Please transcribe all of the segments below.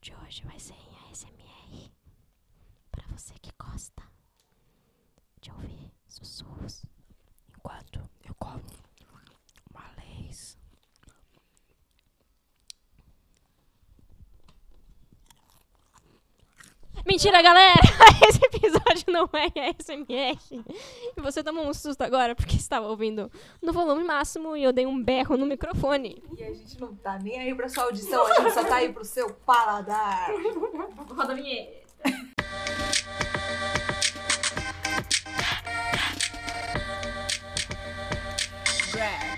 de hoje vai ser em ASMR. Pra você que gosta de ouvir sussurros. Enquanto eu como uma leis. Mentira, galera! Esse episódio não é em ASMR. E você tomou um susto agora porque estava ouvindo no volume máximo e eu dei um berro no microfone. E a gente não tá nem aí pra sua audição, a gente só tá aí pro seu paladar. Roda a vinheta. Drag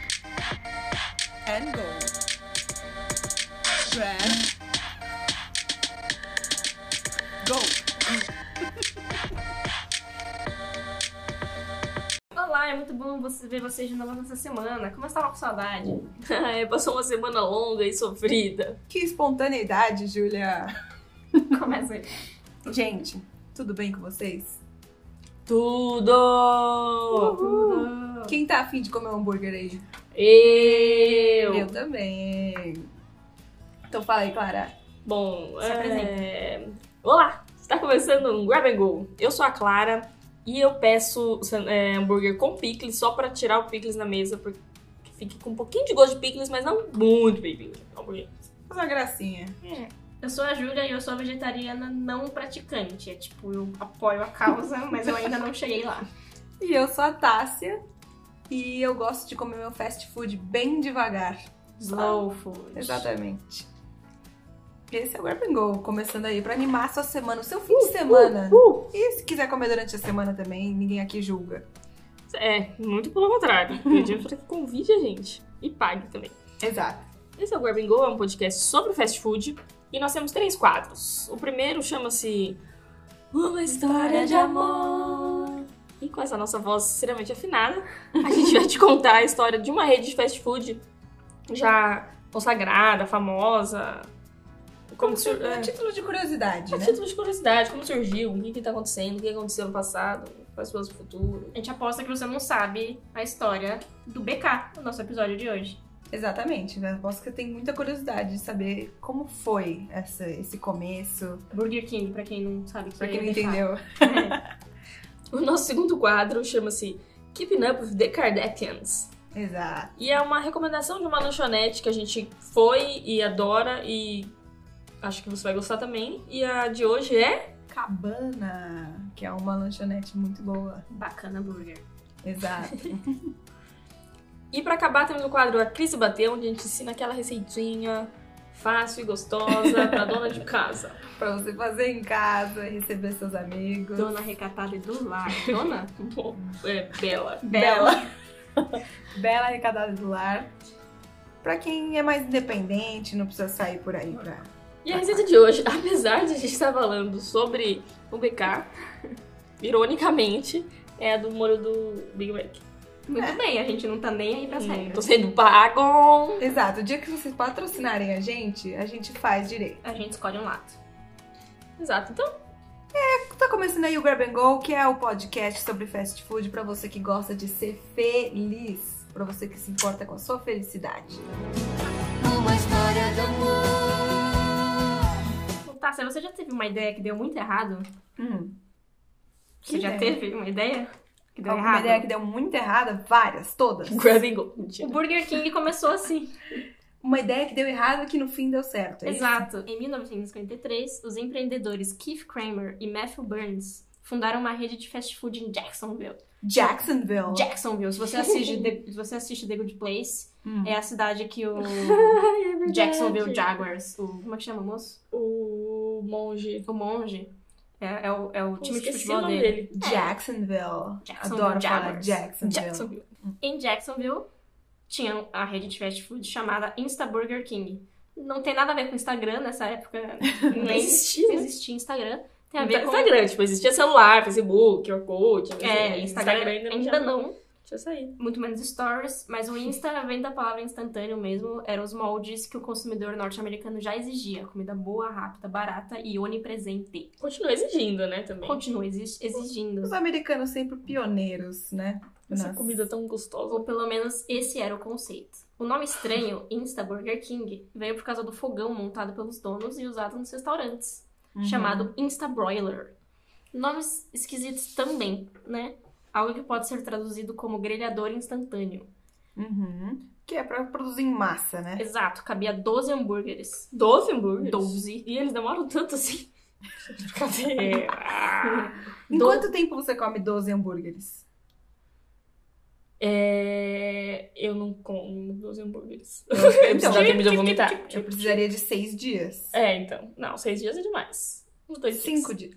and go. Drag. Go. Olá, é muito bom você- ver vocês de novo nessa semana. Como eu estava com saudade. Ai, É, passou uma semana longa e sofrida. Que espontaneidade, Julia. Começa aí. Gente, tudo bem com vocês? Tudo! Quem tá afim de comer um hambúrguer aí? Eu! também. Então fala aí, Clara. Bom, Se apresente. é... Olá! Está começando um Grab and Go. Eu sou a Clara e eu peço é, hambúrguer com picles só para tirar o picles na mesa, porque fique com um pouquinho de gosto de picles, mas não muito picles. Hambúrguer. Faz uma gracinha. Eu sou a Júlia e eu sou vegetariana não praticante. É tipo, eu apoio a causa, mas eu ainda não cheguei lá. E eu sou a Tássia. E eu gosto de comer meu fast food bem devagar. Slow food. Exatamente. Esse é o Grab and Go, começando aí pra animar sua semana, o seu fim de semana. Uh, E se quiser comer durante a semana também, ninguém aqui julga. É, muito pelo contrário. Pedimos para que convide a gente e pague também. Exato. Esse é o Grab and Go, é um podcast sobre fast food e nós temos três quadros. O primeiro chama-se Uma História de Amor. E com essa nossa voz extremamente afinada, a gente vai te contar a história de uma rede de fast food já consagrada, famosa. Como sur... A é, título de É. curiosidade, a né? título de curiosidade, como surgiu, o que, que tá acontecendo, o que aconteceu no passado, quais planos pro futuro. A gente aposta que você não sabe a história do BK, o nosso episódio de hoje. Exatamente, né? Aposto que tem muita curiosidade de saber como foi essa- esse começo, Burger King, pra quem não sabe o que pra quem é não BK. entendeu. O nosso segundo quadro chama-se Keeping Up with the Kardashians. Exato. E é uma recomendação de uma lanchonete que a gente foi e adora e acho que você vai gostar também. E a de hoje é Cabana, que é uma lanchonete muito boa. Bacana burger. Exato. E pra acabar temos o quadro A Crise Bateu, onde a gente ensina aquela receitinha fácil e gostosa pra dona de casa. pra você fazer em casa, receber seus amigos. Dona recatada e do lar. Dona? Bom, é bela. Bela. Bela arrecadada do lar. Pra quem é mais independente, não precisa sair por aí pra. E a receita de hoje, apesar de a gente estar falando sobre o BK, ironicamente, é a do molho do Big Mac. Muito bem, a gente não tá nem aí pra Hum, sair. tô sendo pago! Exato, o dia que vocês patrocinarem a gente, a gente faz direito. A gente escolhe um lado. Exato, então Tá começando aí o Grab and Go, que é o podcast sobre fast food pra você que gosta de ser feliz, Pra você que se importa com a sua felicidade. Então, Tá, se você já teve uma ideia que deu muito errado, Hum. Você já teve uma ideia? Que deu Alguma errado? ideia que deu muito errada? Várias, todas. grab and go. O Mentira. Burger King começou assim. Uma ideia que deu errado que no fim deu certo. é isso? Exato. Em 1953, os empreendedores Keith Kramer e Matthew Burns fundaram uma rede de fast food em Jacksonville. Jacksonville. Jacksonville, se você assiste The, se você assiste The Good Place, Hum. é a cidade que o verdade. Jacksonville Jaguars, o, como é que chama o moço? O monge. O monge, é, é o, é o time de Esqueci futebol o nome dele. dele. Jacksonville. Jacksonville Adoro falar Jaguars. Jacksonville. Jacksonville. Em Jacksonville, tinha a rede de fast food chamada Insta Burger King. Não tem nada a ver com Instagram nessa época. Não Nem existia, né? existia Instagram. Tem a Então, ver com... Instagram, tipo, existia celular, Facebook, Orkut. É, assim, Instagram, ainda, não, tinha- Tinha saído. Muito menos stories. Mas o Insta vem da palavra instantâneo mesmo. Eram os moldes que o consumidor norte-americano já exigia. Comida boa, rápida, barata e onipresente. Continua exigindo, né, também. Continua exi- exigindo. Os americanos sempre pioneiros, né? Essa Nas- comida tão gostosa. Ou pelo menos esse era o conceito. O nome estranho, Insta Burger King, veio por causa do fogão montado pelos donos e usado nos restaurantes, Uhum. chamado Insta Broiler. Nomes esquisitos também, né? Algo que pode ser traduzido como grelhador instantâneo. Uhum. Que é pra produzir em massa, né? Exato, cabia 12 hambúrgueres. 12 hambúrgueres? 12. E eles demoram tanto assim? Brincadeira. Em Do- quanto tempo você come 12 hambúrgueres? É, eu não como 12 hambúrgueres. Eu, Então, então, dá tempo de eu vomitar. eu precisaria de 6 dias. tipo, É, então. Não, seis dias é demais. Uns dois dias. 5 dias.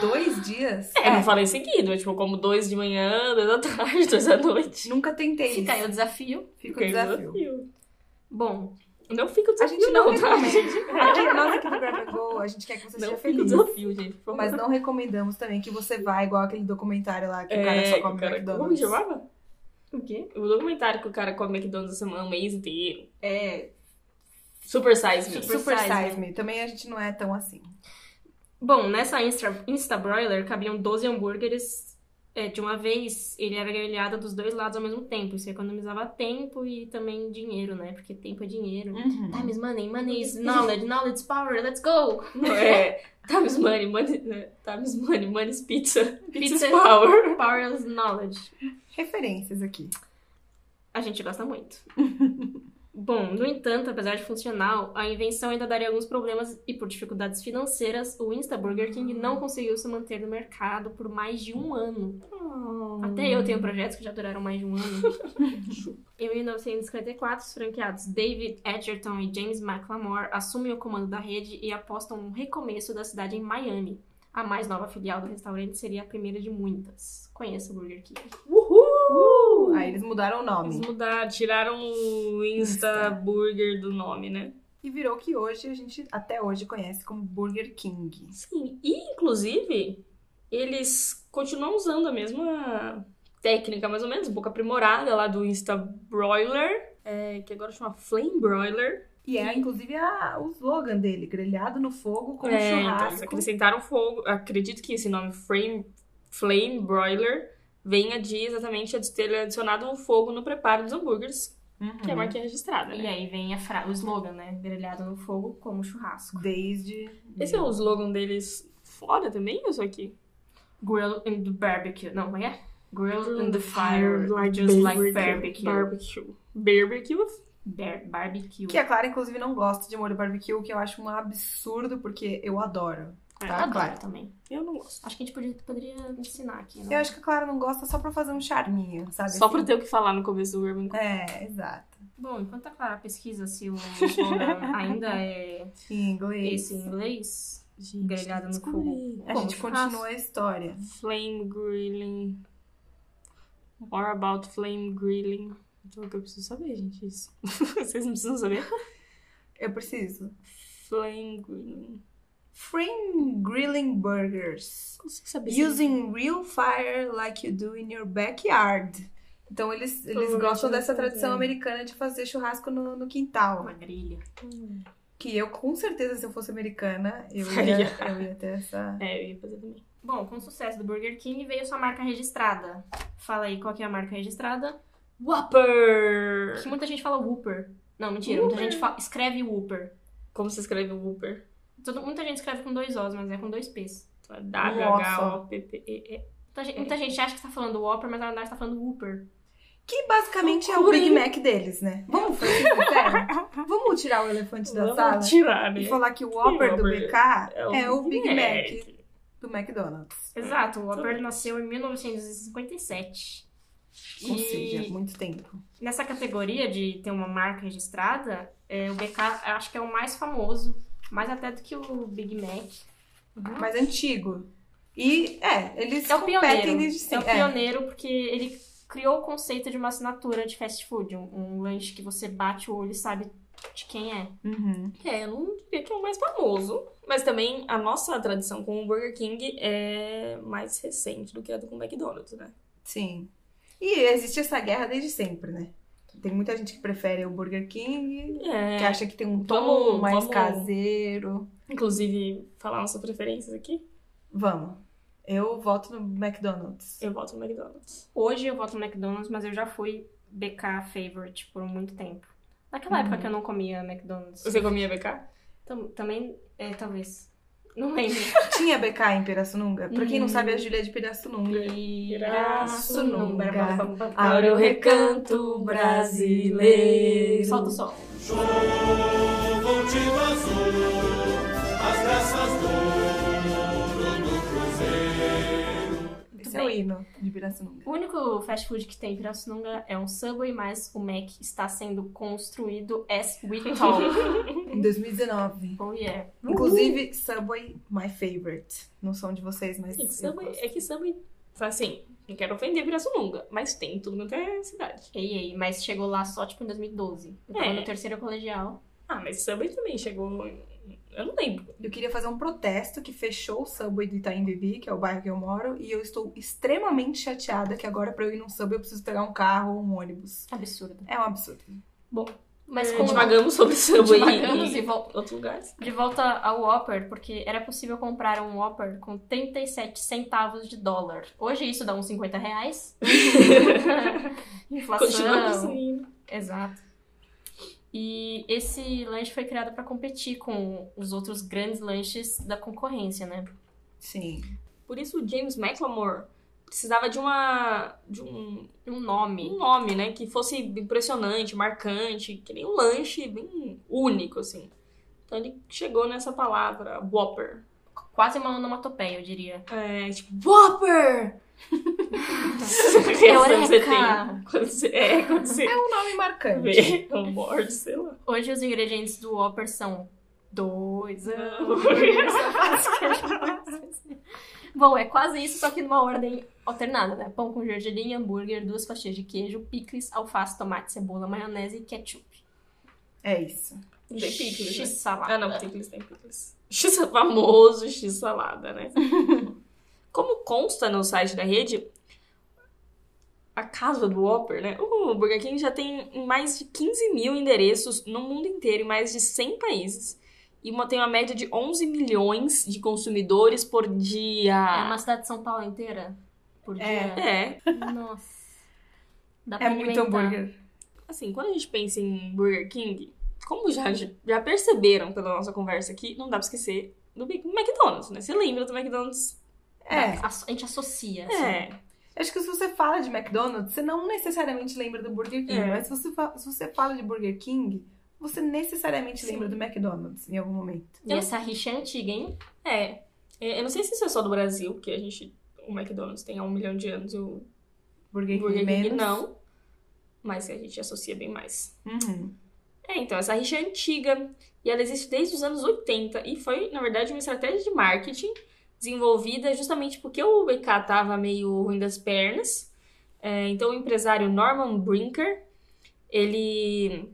2 dias? É, eu não falei seguido. Eu, tipo, como dois de manhã, dois à tarde, dois à noite. é um Nunca tentei Fica tá aí isso. o desafio. Fica o desafio. Bom, Não fica o A desafio, gente não tá? recomenda. A gente- Nós aqui do Grab and Go, a gente quer que você Não seja fica o feliz. desafio, gente. por favor. Mas não recomendamos também que você vá igual aquele documentário lá que o cara É, só come que o cara- Como McDonald's. chamava? o quê? O documentário que o cara come McDonald's a semana, um mês inteiro. É, Super Size Me. Super Super Size Me. Size Me. Também a gente não é tão assim. Bom, nessa Insta, Insta Broiler cabiam 12 hambúrgueres é, de uma vez. Ele era grelhado dos dois lados ao mesmo tempo. Isso economizava tempo e também dinheiro, né? Porque tempo é dinheiro. Uhum. Time is money, money is knowledge, knowledge is power, let's go! Não, é Times Money, Money... né? Times Money, Money's Pizza. Pizza's Pizza. Power. Power is knowledge. Referências aqui. A gente gosta muito. Bom, no entanto, apesar de funcional, a invenção ainda daria alguns problemas e por dificuldades financeiras, o Insta Burger King não conseguiu se manter no mercado por mais de um ano. Oh. Hum. Até eu tenho projetos que já duraram mais de um ano. em 1954, os franqueados David Edgerton e James McLamore assumem o comando da rede e apostam num recomeço da cidade em Miami. A mais nova filial do restaurante seria a primeira de muitas. Conheça o Burger King. Uhul! Uh! Aí eles mudaram o Eles nome. mudaram, tiraram o Insta Burger do nome, né? E virou o que hoje a gente até hoje conhece como Burger King. Sim, e inclusive, eles continuam usando a mesma técnica, mais ou menos, um pouco aprimorada lá do Insta Broiler, é, que agora chama Flame Broiler. E é, inclusive, a- o slogan dele, grelhado no fogo com É, então, eles churrasco. acrescentaram fogo. Acredito que esse nome Flame, Flame Broiler venha de exatamente de ter adicionado um fogo no preparo dos hambúrgueres, Uhum. que é a marca registrada, E né? aí vem a fra- o slogan, né? Grelhado no fogo como churrasco. Desde... Esse é o slogan deles fora também ou só aqui? Grill in the barbecue. Não, como é que é? Grill in the fire, é just like barbecue. Barbecue. Barbecue Bar- barbecue. Que a Clara, inclusive, não gosta de molho barbecue, o que eu acho um absurdo, porque eu adoro. É, Eu Tá, adoro Clara? também. Eu não gosto. Acho que a gente podia, poderia ensinar aqui, né? Eu acho que a Clara não gosta só pra fazer um charminho, sabe? Só pra assim? ter o que falar no começo do Urban É, exato. Bom, enquanto a Clara pesquisa se o slogan ainda é Em inglês. esse em inglês, Gente, grelhada no fogo. A Bom, gente churrasco. continua a história. Flame grilling. More about flame grilling. Então, eu preciso saber, gente, isso. Vocês não precisam saber. Eu preciso. Flame grilling. Frame grilling burgers. Consigo saber. se- Using real fire like you do in your backyard. Então eles, eles Provavelmente gostam não dessa fazem. tradição americana de fazer churrasco no, no quintal. né? uma grelha. Que eu, com certeza, se eu fosse americana, eu Faria. ia, eu ia ter essa. É, eu ia fazer também. Bom, com o sucesso do Burger King veio sua marca registrada. Fala aí qual que é a marca registrada. Whopper! Que muita gente fala Whooper. Não, mentira, muita gente fa- escreve Whooper. Como se escreve o Whooper? Todo, muita gente escreve com dois Os, mas é com dois Ps. W-H-O-P-P-E-E. Muita gente, É. muita gente acha que tá falando Whopper, mas na verdade tá falando Whooper. Que basicamente é o Big Mac deles, né? Vamos fazer sério? Vamos tirar o elefante da sala Vamos tirar, né? e falar que o Whopper do Whopper BK é o Big Mac do McDonald's. Exato, o Também. Whopper nasceu em 1957. Ou E- seja, muito tempo. Nessa categoria de ter uma marca registrada, é, o BK acho que é o mais famoso, mais até do que o Big Mac. Mas antigo. E é, eles É o competem pioneiro. desde É o sempre. É. pioneiro porque ele criou o conceito de uma assinatura de fast food, um, um lanche que você bate o olho e sabe de quem é. Uhum. É, eu não diria que é o mais famoso. Mas também a nossa tradição com o Burger King é mais recente do que a do com o McDonald's, né? Sim. E existe essa guerra desde sempre, né? Tem muita gente que prefere o Burger King, que É. acha que tem um tom Vamos- mais vamos- caseiro. Inclusive, falar nossas preferências aqui, Vamos. Eu voto no McDonald's. eu voto no McDonald's. Hoje eu voto no McDonald's, mas eu já fui BK favorite por muito tempo. Naquela época que eu não comia McDonald's. Você comia BK? Tam- também, é, talvez. Não lembro. Tinha BK em Pirassununga? Pra quem não Hum. Uhum. sabe, a Júlia é de Pirassununga. Pirassununga. Abre o recanto brasileiro. Solta o sol. Contigo azul, as graças do ouro do cruzeiro. Esse é o bem. hino de Pirassununga. O único fast food que tem em Pirassununga é um Subway, mas o Mac está sendo construído as we talk. Uhum. Em 2019. oh yeah. Inclusive, Subway, my favorite. Não são de vocês, mas. É que eu Subway, gosto. é que Subway- assim, não quero ofender Pirassununga, mas tem em tudo quanto é cidade. Ei, ei, mas chegou lá só tipo em 2012. Eu tava É. no terceiro colegial. Ah, mas Subway também chegou... em- Eu não lembro. Eu queria fazer um protesto que fechou o Subway de Itaim Bibi, que é o bairro que eu moro, e eu estou extremamente chateada que agora pra eu ir num Subway eu preciso pegar um carro ou um ônibus. Absurdo. É um absurdo. Mas como É, Divagamos sobre Subway Divagamos e, e vol- outros lugares. De volta ao Whopper, porque era possível comprar um Whopper com 37 centavos de dólar. Hoje isso dá uns 50 reais. Continuamos Inflação. indo. Exato. E esse lanche foi criado para competir com os outros grandes lanches da concorrência, né? Sim. Por isso o James McLemore precisava de uma... De um, Um nome. um nome, né? Que fosse impressionante, marcante, que nem um lanche bem único, assim. Então ele chegou nessa palavra, Whopper. Quase uma onomatopeia, eu diria. É, tipo, Whopper! Reação que você tem. Quando você, é, quando você É um nome marcante. vê um board, sei lá. Hoje os ingredientes do Whopper são dois Bom, é quase isso, só que numa ordem alternada, né? Pão com gergelim, hambúrguer, duas fatias de queijo, picles, alface, tomate, cebola, maionese e ketchup. É isso. Não tem picles, né? X-salada. Ah, não, picles tem picles. X é famoso, X salada, né? Como consta no site da rede, a casa do Whopper, né? O Burger King já tem mais de 15 mil endereços no mundo inteiro, em mais de 100 países. E mantém uma média de 11 milhões de consumidores por dia. É uma cidade de São Paulo inteira? Por É. dia? É, Nossa. Dá É pra muito alimentar. hambúrguer. Assim, quando a gente pensa em Burger King, como já, já perceberam pela nossa conversa aqui, não dá pra esquecer do Big- McDonald's, né? Você lembra do McDonald's? Tá. É. A, a gente associa. assim. É. Acho que se você fala de McDonald's, você não necessariamente lembra do Burger King. É. Mas se você, fa- se você fala de Burger King, você necessariamente Sim. lembra do McDonald's em algum momento. E essa rixa é antiga, hein? É. É, Eu não sei se isso é só do Brasil, porque a gente. O McDonald's tem há um milhão de anos e o Burger King Burger King menos. não. Mas a gente associa bem mais. Uhum. É, então, essa rixa é antiga e ela existe desde os anos 80 e foi, na verdade, uma estratégia de marketing desenvolvida justamente porque o BK estava meio ruim das pernas. É, então, o empresário Norman Brinker, ele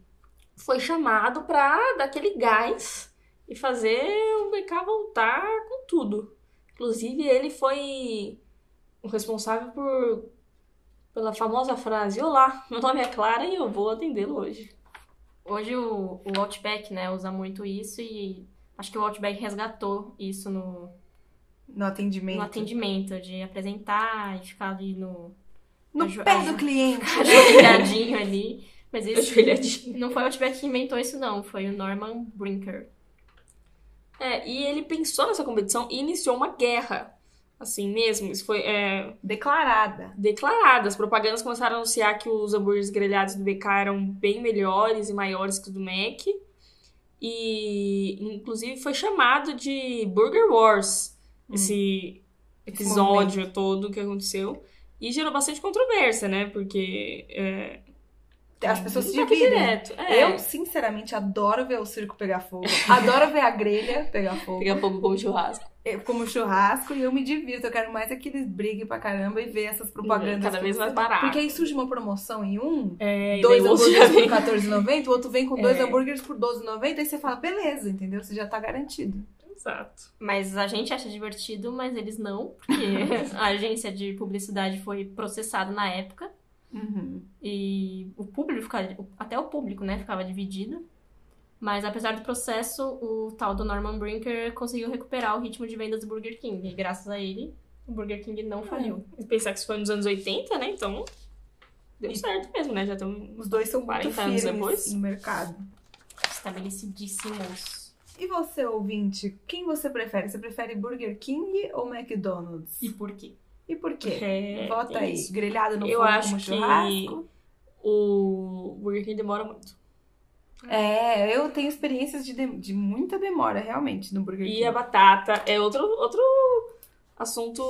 foi chamado para dar aquele gás e fazer o BK voltar com tudo. Inclusive, ele foi o responsável por pela famosa frase: Olá, meu nome é Clara e eu vou atendê-lo hoje. Hoje o, o Outback, né, usa muito isso e acho que o Outback resgatou isso no, No atendimento. no atendimento, de apresentar e ficar ali no No Aju- pé aju- é. do cliente. ajoelhadinho ali. Mas isso Ajoelhadinho. não foi o Outback que inventou isso, não. Foi o Norman Brinker. É, e ele pensou nessa competição e iniciou uma guerra. Assim mesmo, isso foi é, Declarada. declarado. As propagandas começaram a anunciar que os hambúrgueres grelhados do BK eram bem melhores e maiores que os do Mac. E, inclusive, foi chamado de Burger Wars, Hum. esse episódio todo que aconteceu. E gerou bastante controvérsia, né? Porque. É, As pessoas se ataque dividem. direto. É, Eu, sinceramente, adoro ver o circo pegar fogo. Adoro ver a grelha pegar fogo. Daqui a um pouco como churrasco. Eu como churrasco e eu me divirto. Eu quero mais é que eles briguem pra caramba e ver essas propagandas. Cada vez mais Porque- barato. Porque aí surge uma promoção em um, É, e dois daí o outro já hambúrgueres por vem. R$14,90, o outro vem com dois É. hambúrgueres por R$12,90, aí você fala, beleza, entendeu? Você já tá garantido. Exato. Mas a gente acha divertido, mas eles não, porque a agência de publicidade foi processada na época Uhum. e o público ficava, até o público, né, ficava dividido. Mas apesar do processo, o tal do Norman Brinker conseguiu recuperar o ritmo de vendas do Burger King e graças a ele, o Burger King não faliu. E Pensar que isso foi nos anos 80, né? Então, Deu certo mesmo, né? Já tem um... Os dois são muito 40 anos firmes depois? no mercado. Estabelecidíssimos. E você, ouvinte, quem você prefere? Você prefere Burger King ou McDonald's? E por quê? E por quê? É, Bota tem aí, isso. grelhado no Eu forno acho como que churrasco. o Burger King demora muito. É, eu tenho experiências de, de- de muita demora, realmente, no Burger King. E a batata é outro, outro assunto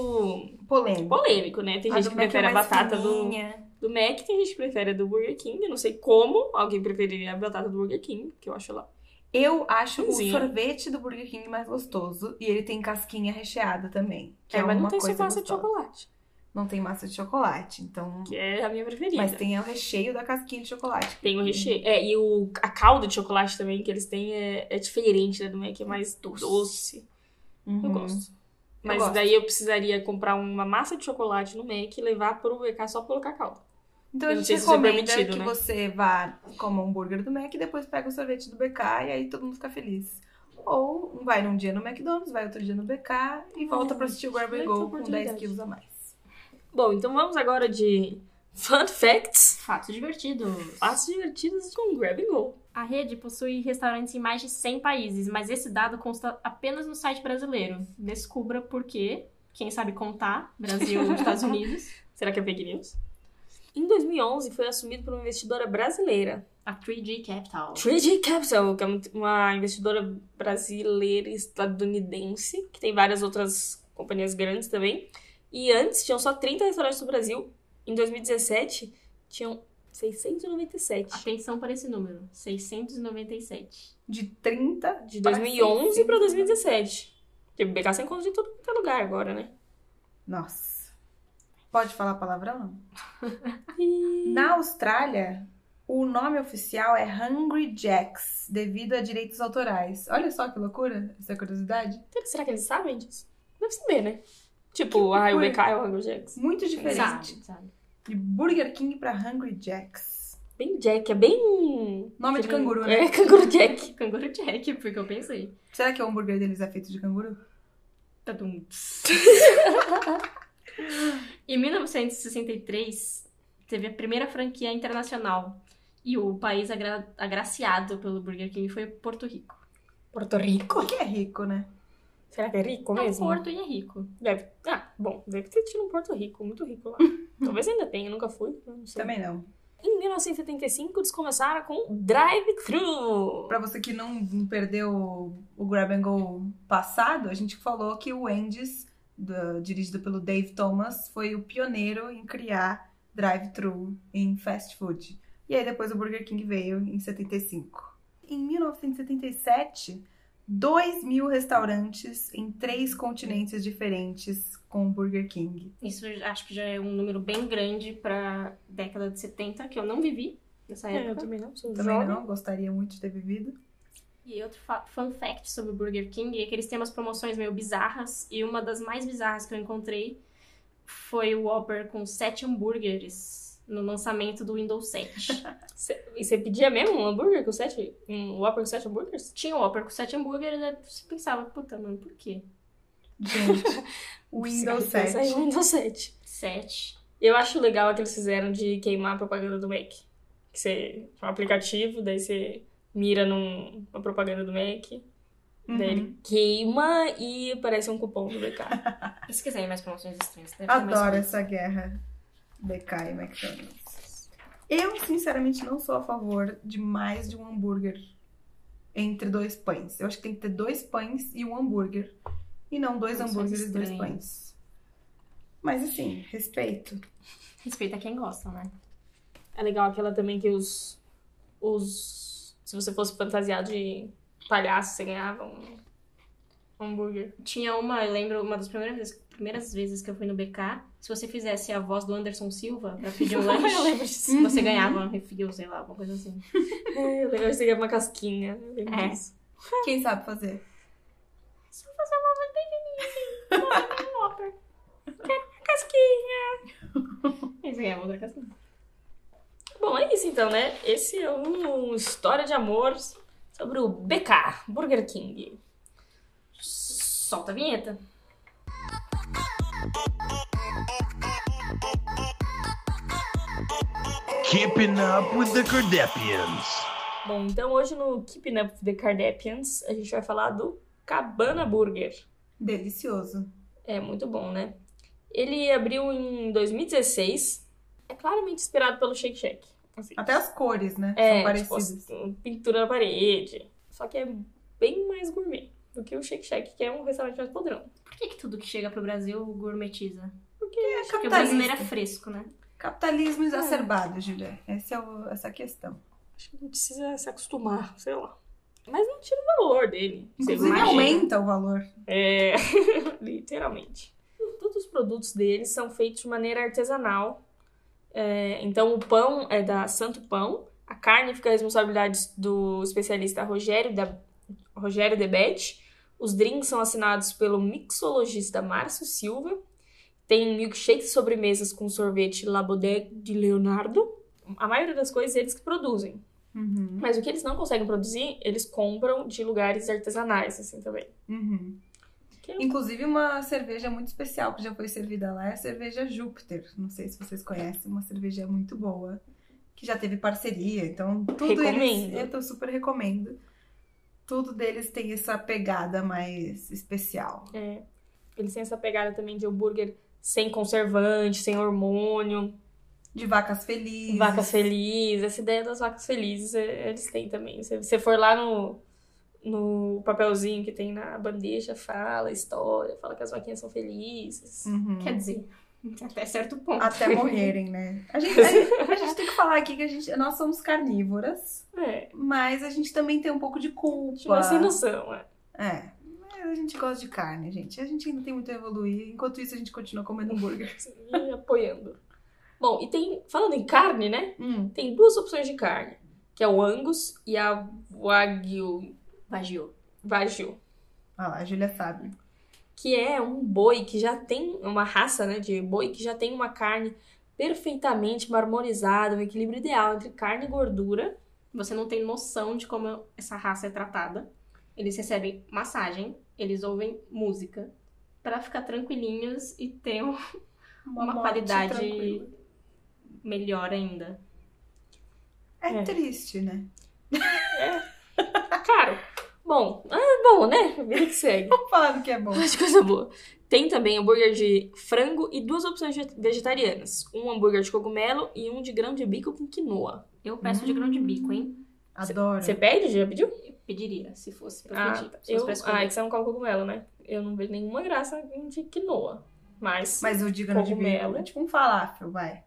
polêmico. polêmico, né? Tem A gente do que Mac é prefere a mais batata do, fininha. do Mac, tem gente que prefere a do Burger King. Eu não sei como alguém preferiria a batata do Burger King, que eu acho lá. Eu acho Cozinha. o sorvete do Burger King mais gostoso. E ele tem casquinha recheada também. Que é, É, mas não uma tem só coisa massa de gostosa. chocolate, Não tem massa de chocolate, então... que é a minha preferida. Mas tem o recheio da casquinha de chocolate. Tem o recheio. É, e o, a calda de chocolate também que eles têm é, é diferente, né? Do Mac é mais doce. Eu Uhum. gosto. Mas gosto. daí eu precisaria comprar uma massa de chocolate no Mac e levar pro BK só pra colocar calda. Então Eu a não gente sei se isso é recomenda permitido, que né? você vá coma um hambúrguer do Mac e depois pega o sorvete do BK e aí todo mundo fica feliz. Ou vai num dia no McDonald's, vai outro dia no BK e volta pra assistir o Grab and Olha Go que com 10 oportunidade. quilos a mais. Bom, então vamos agora de Fun Facts. Fatos divertidos. Passos divertidos com Grab and Go. A rede possui restaurantes em mais de 100 países, mas esse dado consta apenas no site brasileiro. Descubra por quê. Quem sabe contar, Brasil ou Estados Unidos. Será que é fake news? Em 2011 foi assumido por uma investidora brasileira A 3G Capital. 3G Capital, que é uma investidora brasileira e estadunidense, que tem várias outras companhias grandes também. E antes tinham só 30 restaurantes no Brasil. Em 2017, tinham 697. Atenção para esse número. 697. De 30 De para 2011 600. pra 2017. Porque o BK Tipo, sem conta de todo quanto é lugar agora, né? Nossa. Pode falar palavrão? Ah, então Hum. Na Austrália, o nome oficial é Hungry Jacks, devido a direitos autorais. Olha só que loucura essa curiosidade. Será que eles sabem disso? Deve saber, né? Tipo, ah, o loucura. BK é o Hunger Jacks. Muito diferente. Sabe, sabe. De Burger King pra Hungry Jacks. Bem Jack, é bem... Nome de bem- canguru, né? É, canguru Jack. Canguru Jack, porque eu pensei. Será que o hambúrguer deles é feito de canguru? Tadum. em 1963, teve a primeira franquia internacional. E o país agra- agraciado pelo Burger King foi Porto Rico. Porto Rico? Porque é rico, né? Será que é rico É um mesmo? Porto e é rico. Deve. Ah, bom, deve ter tido um Porto Rico, muito rico lá. Talvez ainda tenha, eu nunca fui, eu não sei. Também não. Em 1975, eles começaram com drive-thru. Pra você que não não perdeu o- o Grab and Go passado, a gente falou que o Andes, da- dirigido pelo Dave Thomas, foi o pioneiro em criar drive-thru em fast food. E aí depois o Burger King veio em 75. Em 1977, 2 mil restaurantes em três continentes diferentes com o Burger King. Isso eu acho que já é um número bem grande pra década de 70, que eu não vivi nessa É, eu época. também não sou Também jovem. não, gostaria muito de ter vivido. E outro fa- fun fact sobre o Burger King é que eles têm umas promoções meio bizarras. E uma das mais bizarras que eu encontrei foi o Whopper com sete hambúrgueres no lançamento do Windows 7. Cê- E você pedia mesmo um hambúrguer com sete? Um Whopper com sete hambúrgueres? Tinha o Whopper com sete hambúrgueres, aí você pensava, puta, mano, por quê? Gente, Windows Será que 7. saiu um Windows 7. Sete. Eu acho legal aquele que eles fizeram de queimar a propaganda do Mac. Que você. Um aplicativo, daí você mira num- numa propaganda do Mac. Uhum. Daí ele queima e aparece um cupom do BK. E se quiserem mais promoções estranhas, deve ter mais Adoro coisa. essa guerra BK e McDonald's. Eu, sinceramente, não sou a favor de mais de um hambúrguer entre dois pães. Eu acho que tem que ter dois pães e um hambúrguer. E não dois Nossa, hambúrgueres e dois estranho. pães. Mas assim, respeito. Respeita quem gosta, né? É legal aquela também que os. os se você fosse fantasiado de palhaço, você ganhava um hambúrguer. Tinha uma, eu lembro, uma das primeiras vezes, primeiras vezes que eu fui no BK, se você fizesse a voz do Anderson Silva pra pedir um Eu lanche, lembro disso. você ganhava um refil, sei lá, alguma coisa assim. É, eu lembro de ganhar uma casquinha. Eu lembro É. disso. Quem sabe fazer? Eles ganhavam outra casinha. Bom, é isso então, né? Esse é um História de Amor sobre o BK, Burger King. Solta a vinheta. Keeping up with the Kardashians. Bom, então hoje no Keeping Up with the Kardashians, a gente vai falar do Cabana Burger. Delicioso. É muito bom, né? Ele abriu em 2016. É claramente inspirado pelo Shake Shack. Assim, Até as cores, né? São é, tipo, parecidas. assim, pintura na parede. Só que é bem mais gourmet do que o Shake Shack, que é um restaurante mais podrão. Por que, que tudo que chega pro Brasil gourmetiza? Porque É acho Porque o Capitalista. brasileiro é fresco, né? Capitalismo exacerbado, Julia. Essa é o- essa é a questão. acho que não precisa se acostumar, sei lá. Mas não tira o valor dele. Você Inclusive, imagina. aumenta o valor. É, literalmente. Todos os produtos deles são feitos de maneira artesanal. É, então, o pão é da Santo Pão. A carne fica a responsabilidade do especialista Rogério, da, Rogério Debete. Os drinks são assinados pelo mixologista Márcio Silva. Tem milkshakes e sobremesas com sorvete Labodé de Leonardo. A maioria das coisas eles que produzem. Uhum, Mas o que eles não conseguem produzir, eles compram de lugares artesanais, assim, também. uhum. Que é Inclusive, uma cerveja muito especial que já foi servida lá é a cerveja Júpiter. Não sei se vocês conhecem, uma cerveja muito boa, que já teve parceria. Então, tudo eles. Recomendo. Eu tô super recomendo. Tudo deles tem essa pegada mais especial. Eles têm essa pegada também de hambúrguer sem conservante, sem hormônio, De vacas felizes. vacas felizes. Essa ideia das vacas felizes é, eles têm também. Se você for lá no, no papelzinho que tem na bandeja, fala a história, fala que as vaquinhas são felizes. Uhum. Quer dizer, até certo ponto. Até morrerem, né? A gente, a, gente- a gente tem que falar aqui que a gente, nós somos carnívoras, É, mas a gente também tem um pouco de culpa. tipo, sem noção. É. É. Mas a gente gosta de carne, gente. A gente ainda tem muito a evoluir. Enquanto isso, a gente continua comendo hambúrguer. E Assim, apoiando. Bom, e tem, falando em carne, né? Hum, Tem duas opções de carne, que é o Angus e a Wagyu. Vagiou. Wagyu. ó, a Júlia sabe. que é um boi que já tem uma raça, né, de boi que já tem uma carne perfeitamente marmorizada, um equilíbrio ideal entre carne e gordura. Você não tem noção de como essa raça é tratada. Eles recebem massagem, eles ouvem música pra ficar tranquilinhos e ter um- Uma morte qualidade- tranquila. melhor ainda. É, É. triste, né? Tá Caro. Bom, é bom, né? Vida que segue. Vamos falar do que é bom. Mas coisa boa. Tem também hambúrguer de frango e duas opções de- vegetarianas. Um hambúrguer de cogumelo e um de grão de bico com quinoa. Eu peço de grão de bico, hein? Adoro. Você pede? Já pediu? Pediria, se fosse pra Ah, pedir. se fosse eu... pra ah, é escolher. que você não come cogumelo, né? Eu não vejo nenhuma graça em de quinoa. Mas, Mas eu digo no de bico. Cogumelo. É tipo um falafel, vai.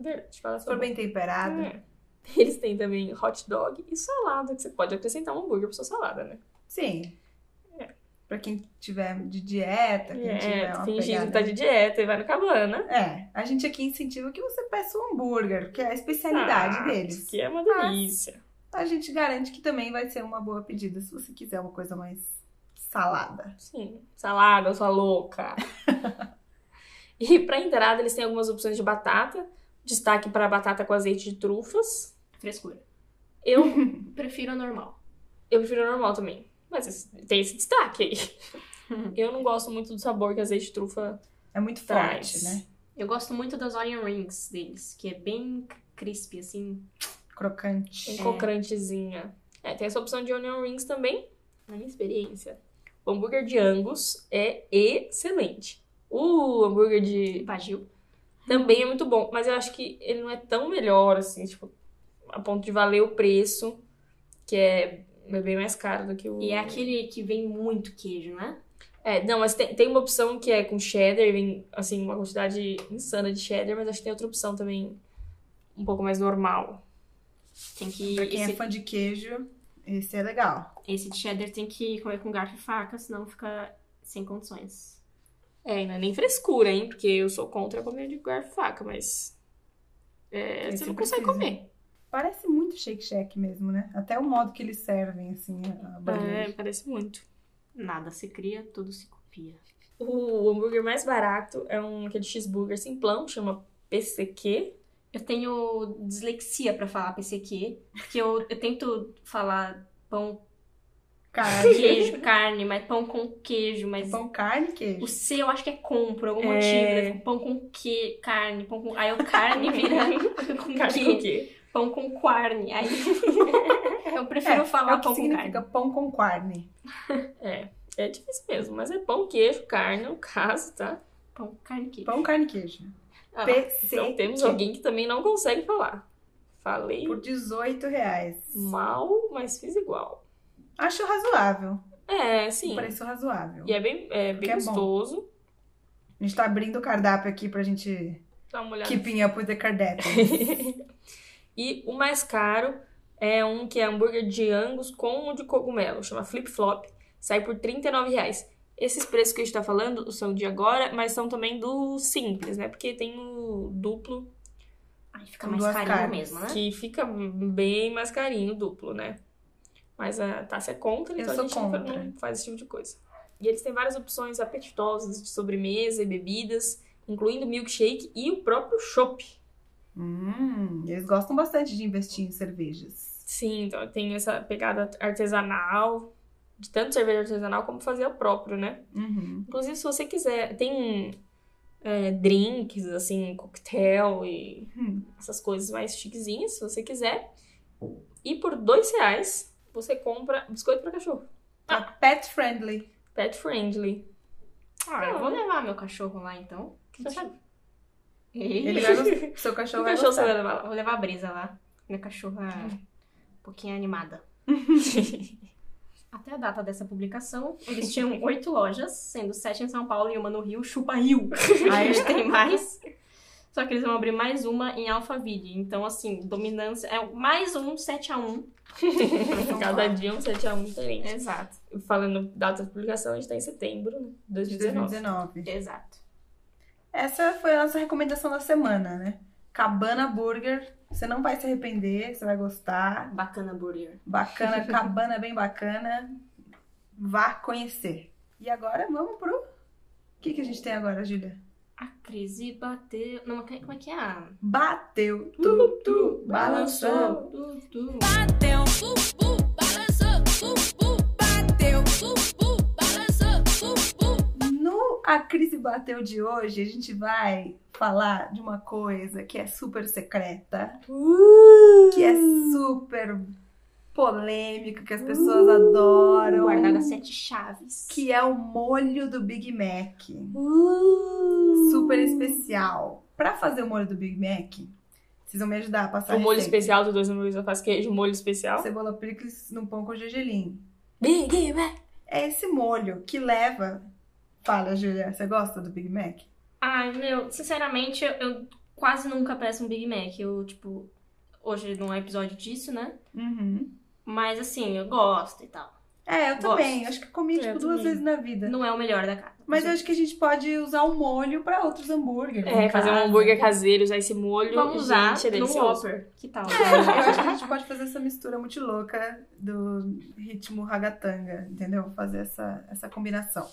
verdade, fala Se for sobre bem temperado. É. Eles têm também hot dog e salada, que você pode acrescentar um hambúrguer pra sua salada, né? Sim. Pra quem tiver de dieta, quem tiver uma fingindo pegada... É, que tá de dieta e vai no cabana. É, a gente aqui incentiva que você peça um hambúrguer, que é a especialidade Ah, deles. Que é uma delícia. A gente garante que também vai ser uma boa pedida se você quiser uma coisa mais salada. Sim. Salada, sua louca. e pra entrada, eles têm algumas opções de batata. Destaque para batata com azeite de trufas. Frescura. Eu, Prefiro a normal. eu prefiro a normal também. Mas esse- tem esse destaque aí. Eu não gosto muito do sabor que azeite de trufa É muito traz. forte, né? Eu gosto muito das onion rings deles, que é bem crispy, assim. É. Crocante. Um cocrantezinha. É, tem essa opção de onion rings também. Na minha experiência, o hambúrguer de Angus é excelente. O hambúrguer de Vagio. também é muito bom, mas eu acho que ele não é tão melhor assim, tipo, a ponto de valer o preço, que é é bem mais caro do que o E é aquele que vem muito queijo, né? É, não, mas tem, tem uma opção que é com cheddar, e vem assim uma quantidade insana de cheddar, mas acho que tem outra opção também um pouco mais normal. Tem que. Pra quem esse, é fã de queijo, esse é legal. esse cheddar tem que comer com garfo e faca, senão fica sem condições. É, e não é nem frescura, hein? Porque eu sou contra comer de garfo e faca, mas. É, Esse você não precisa. consegue comer. Parece muito Shake Shack mesmo, né? Até o modo que eles servem, assim, a É, bandeja. parece muito. Nada se cria, tudo se copia. O hambúrguer mais barato é um aquele cheeseburger simplão, chama PCQ. Eu tenho dislexia pra falar PCQ, porque eu, eu tento falar pão Carne. Queijo, carne, mas pão com queijo, mas. Pão, carne e queijo. O C eu acho que é com, por algum É. motivo. né? Pão com que, carne, pão com. Aí o carne vira com Carne que, com quê? pão com carne. Aí eu prefiro é, falar é o que pão com significa carne. pão com carne. É, é difícil mesmo, mas é pão, queijo, carne, no caso, tá? Pão, carne, queijo. Pão, carne e queijo. Ah, PC. Então temos alguém que também não consegue falar. Falei Por 18 reais. mal, mas fiz igual. Acho razoável. É, sim. Um preço razoável. E é bem, é Porque bem é bom. gostoso. A gente tá abrindo o cardápio aqui pra gente Dá uma olhada. keeping up with the cardápio. E o mais caro é um que é hambúrguer de angus com o de cogumelo, chama Flip Flop, sai por R$ 39 reais. Esses preços que a gente tá falando são de agora, mas são também do simples, né? Porque tem o duplo, Aí fica Com mais duas carinho carnes. mesmo, né? que fica bem mais carinho o duplo, né? Mas a Tássia é contra, Eu então a sou gente não fa- contra. não faz esse tipo de coisa. E eles têm várias opções apetitosas de sobremesa e bebidas, incluindo milkshake e o próprio chopp. hum, eles gostam bastante de investir em cervejas. Sim, então tem essa pegada artesanal, de tanto cerveja artesanal como fazer o próprio, né? Uhum. Inclusive, se você quiser, tem é, drinks, assim, coquetel e Hum. essas coisas mais chiquezinhas, se você quiser. E por dois reais, você compra biscoito pra cachorro. Tá pet friendly. Pet friendly. Ah, eu Não, vou né? levar meu cachorro lá então. Você sabe? Ele vai gostar. Seu O cachorro então vai Um cachorro você gostar. vai levar lá. Vou levar a brisa lá. Minha cachorra é um pouquinho animada. Até a data dessa publicação, eles tinham oito lojas, sendo sete em São Paulo e uma no Rio, chupa Rio. Aí eles têm mais. Só que eles vão abrir mais uma em Alphaville. Então, assim, dominância. É mais um 7x1. Então Cada dia um 7 a 1 diferente. Exato, Falando data de publicação, a gente tá em setembro né? de De 2019. 2019. exato. Essa foi a nossa recomendação da semana, né? Cabana Burger. Você não vai se arrepender, você vai gostar. Bacana burger. Bacana, cabana bem bacana. Vá conhecer. E agora vamos pro. O que, que a gente tem agora, Júlia? A crise bateu. Não, como é que é? a- Bateu, tu, tu, balançou. Tu, tu. Bateu, bu, bu, balançou, bu, bu, bateu, bu, bu, balançou, bu, bu. No A Crise Bateu de hoje, a gente vai falar de uma coisa que é super secreta, Uh! que é super polêmica, que as pessoas Uh! adoram. Guardada sete chaves. que é o molho do Big Mac. Uh! Super especial. Pra fazer o molho do Big Mac, vocês vão me ajudar a passar O a molho receita. especial dos dois hambúrgueres eu faço queijo, molho especial. Cebola picles num pão com gergelim. Big Mac. É esse molho que leva... Fala, Julia, você gosta do Big Mac? Ai, meu, sinceramente, eu, eu quase nunca peço um Big Mac. Eu, tipo, hoje não é episódio disso, né? Uhum. Mas assim, eu gosto e tal. É, eu Gosto. também. Acho que eu comi, É, Eu tipo, duas também. vezes na vida. Não é o melhor da casa. Mas eu acho que a gente pode usar o molho pra outros hambúrgueres. É, em fazer um casa. hambúrguer caseiro, usar esse molho. vamos usar Gente, é no delicioso. Whopper. Que tal? É, eu acho que a gente pode fazer essa mistura muito louca do ritmo ragatanga, entendeu? Fazer essa, essa combinação.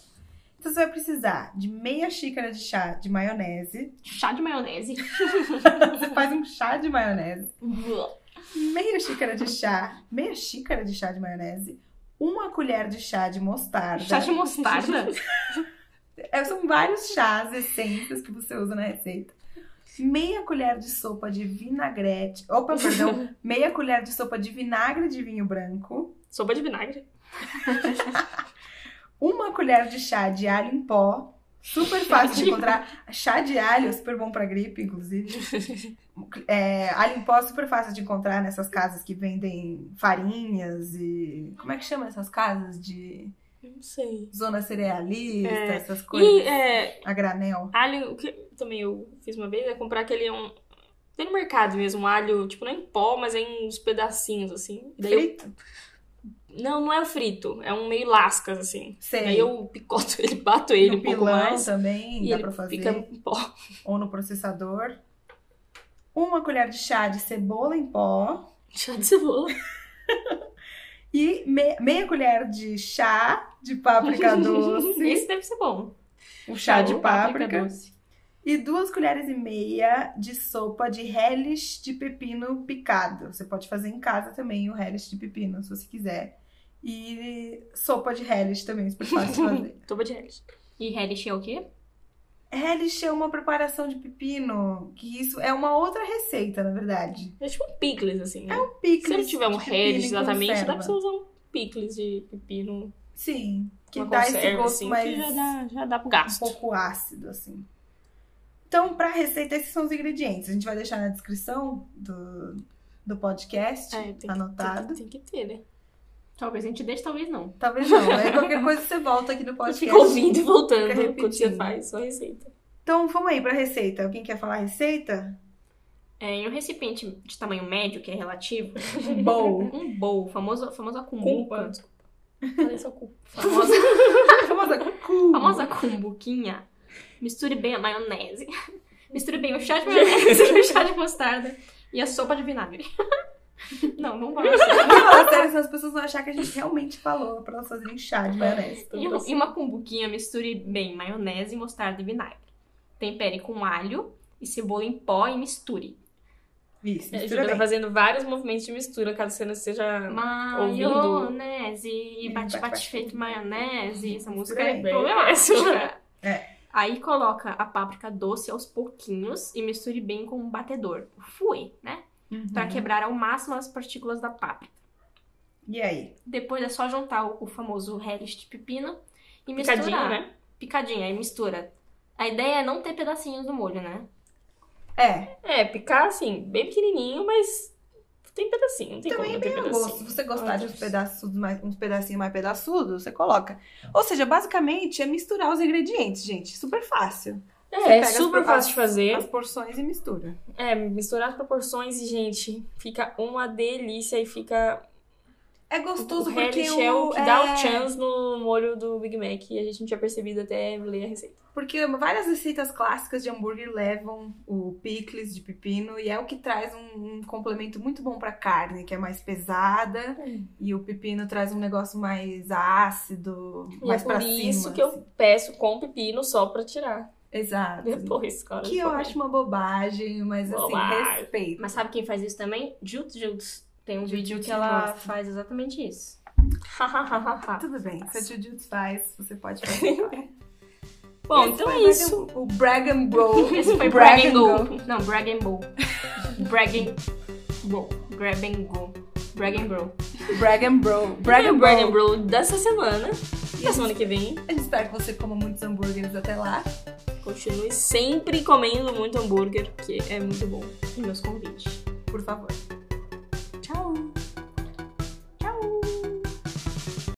Então você vai precisar de meia xícara de chá de maionese. Chá de maionese. Você faz um chá de maionese. Meia xícara de chá. Meia xícara de chá de maionese. Uma colher de chá de mostarda. Chá de mostarda. É, São vários chás, essências que você usa na receita. Meia colher de sopa de vinagrete. Opa, perdão. Meia colher de sopa de vinagre de vinho branco. Sopa de vinagre. Uma colher de chá de alho em pó. Super fácil de encontrar. Chá de alho é super bom pra gripe, inclusive. É, alho em pó é super fácil de encontrar nessas casas que vendem farinhas e. Como é que chama essas casas? De Não sei. zona cerealista, É. essas E coisas. é, A granel. alho, o que também eu fiz uma vez é comprar aquele um. Tem no mercado mesmo, um alho, tipo, não em pó, mas é em uns pedacinhos, assim. Daí eu- Frito? não, não é o frito, é um meio lascas, assim. Sei. Daí eu picoto ele, bato ele É. no um pouco pilão mais. também E dá ele pra fazer. fica em pó. Ou no processador. Uma colher de chá de cebola em pó. Chá de cebola. E me- meia colher de chá de páprica doce. Esse deve ser bom. o chá de Ou páprica. doce. E duas colheres e meia de sopa de relish de pepino picado. Você pode fazer em casa também o relish de pepino, se você quiser. E sopa de relish também, super fácil de fazer. Tuba de relish. E relish é o quê? Relish é uma preparação de pepino, que isso é uma outra receita, na verdade. É tipo um picles, assim. Né? Picles Se não tiver um tipo de pepino em relish exatamente, dá pra conserva. você usar um picles de pepino. Sim, que uma dá esse conserva, gosto assim, mais Que já dá, já dá pro um gasto. pouco ácido, assim. Então, pra receita, esses são os ingredientes. A gente vai deixar na descrição do, do podcast, É, tem que- anotado. Tem, que- tem que ter, né? Talvez a gente deixe, talvez não. Talvez não, aí qualquer coisa você volta aqui no podcast. Fica ouvindo e voltando é assim. Fica quando você repetindo. faz sua receita. Então, vamos aí pra receita. Alguém quer falar a receita? É, em um recipiente de tamanho médio, que é relativo, Um bowl. um bowl, famoso, famosa Culpa. cumbuca. Falei só culpa. Famosa, Famosa cu. famosa cumbuquinha. Misture bem a maionese. Misture bem o chá de maionese, o chá de mostarda e a sopa de vinagre. Não, vamos falar sério. Vamos falar sério, senão as pessoas vão achar que a gente realmente falou pra elas fazerem chá de maionese. E um- E uma cumbuquinha misture bem maionese, mostarda e vinagre. Tempere com alho e cebola em pó e misture. Isso, A mistura gente tá bem. fazendo vários movimentos de mistura, caso você não seja. Ouvindo. Maionese e Bate, bate, bate-bate feito maionese. Essa música bem, é bem, problemática. É. Aí coloca a páprica doce aos pouquinhos e misture bem com um batedor. Fui, né? Uhum. Tá Pra quebrar ao máximo as partículas da páprica. E aí? Depois é só juntar o, o famoso relish de pepino e misturar. Picadinho, né? Picadinha, aí mistura. A ideia é não ter pedacinhos do molho, né? É, É, picar assim, bem pequenininho, mas tem pedacinho, não tem como também é não ter bem ao pedacinho. gosto. Se você gostar de uns Olha. pedaçudos mais, uns pedacinhos mais pedaçudos, você coloca. Ou seja, basicamente é misturar os ingredientes, gente. Super fácil. Você É, pega é as super pro- fácil de fazer. As porções e mistura. É, misturar as proporções e, gente, fica uma delícia e fica. É O gostoso porque relish é o que é- dá o chance no molho do Big Mac e a gente não tinha percebido até ler a receita. Porque várias receitas clássicas de hambúrguer levam o picles de pepino e é o que traz um, um complemento muito bom pra carne, que é mais pesada e o pepino traz um negócio mais ácido, E mais é pra por isso cima, que eu assim. peço com pepino só pra tirar. Exato. Depois, cara. Que eu acho uma bobagem, mas assim, Bobagem. respeito. Mas sabe quem faz isso também? Jut Juts. Tem um Jut vídeo Juts que ela gosta. faz exatamente isso. Tudo bem, se a Jujutsu faz, você pode fazer. Bom, Esse então foi é mais isso. um- O Brag and Roll. Esse Brag foi Brag and and Go. Não, Brag and Bowl. Brag and Go. Grab and Go. Brag and Bro. Brag and Roll. Brag é o and Brand and Roll. Brew dessa semana. E na semana que vem, A gente espera que você coma muitos hambúrgueres até lá. continue sempre comendo muito hambúrguer, que é muito bom. E meus convites. Por favor.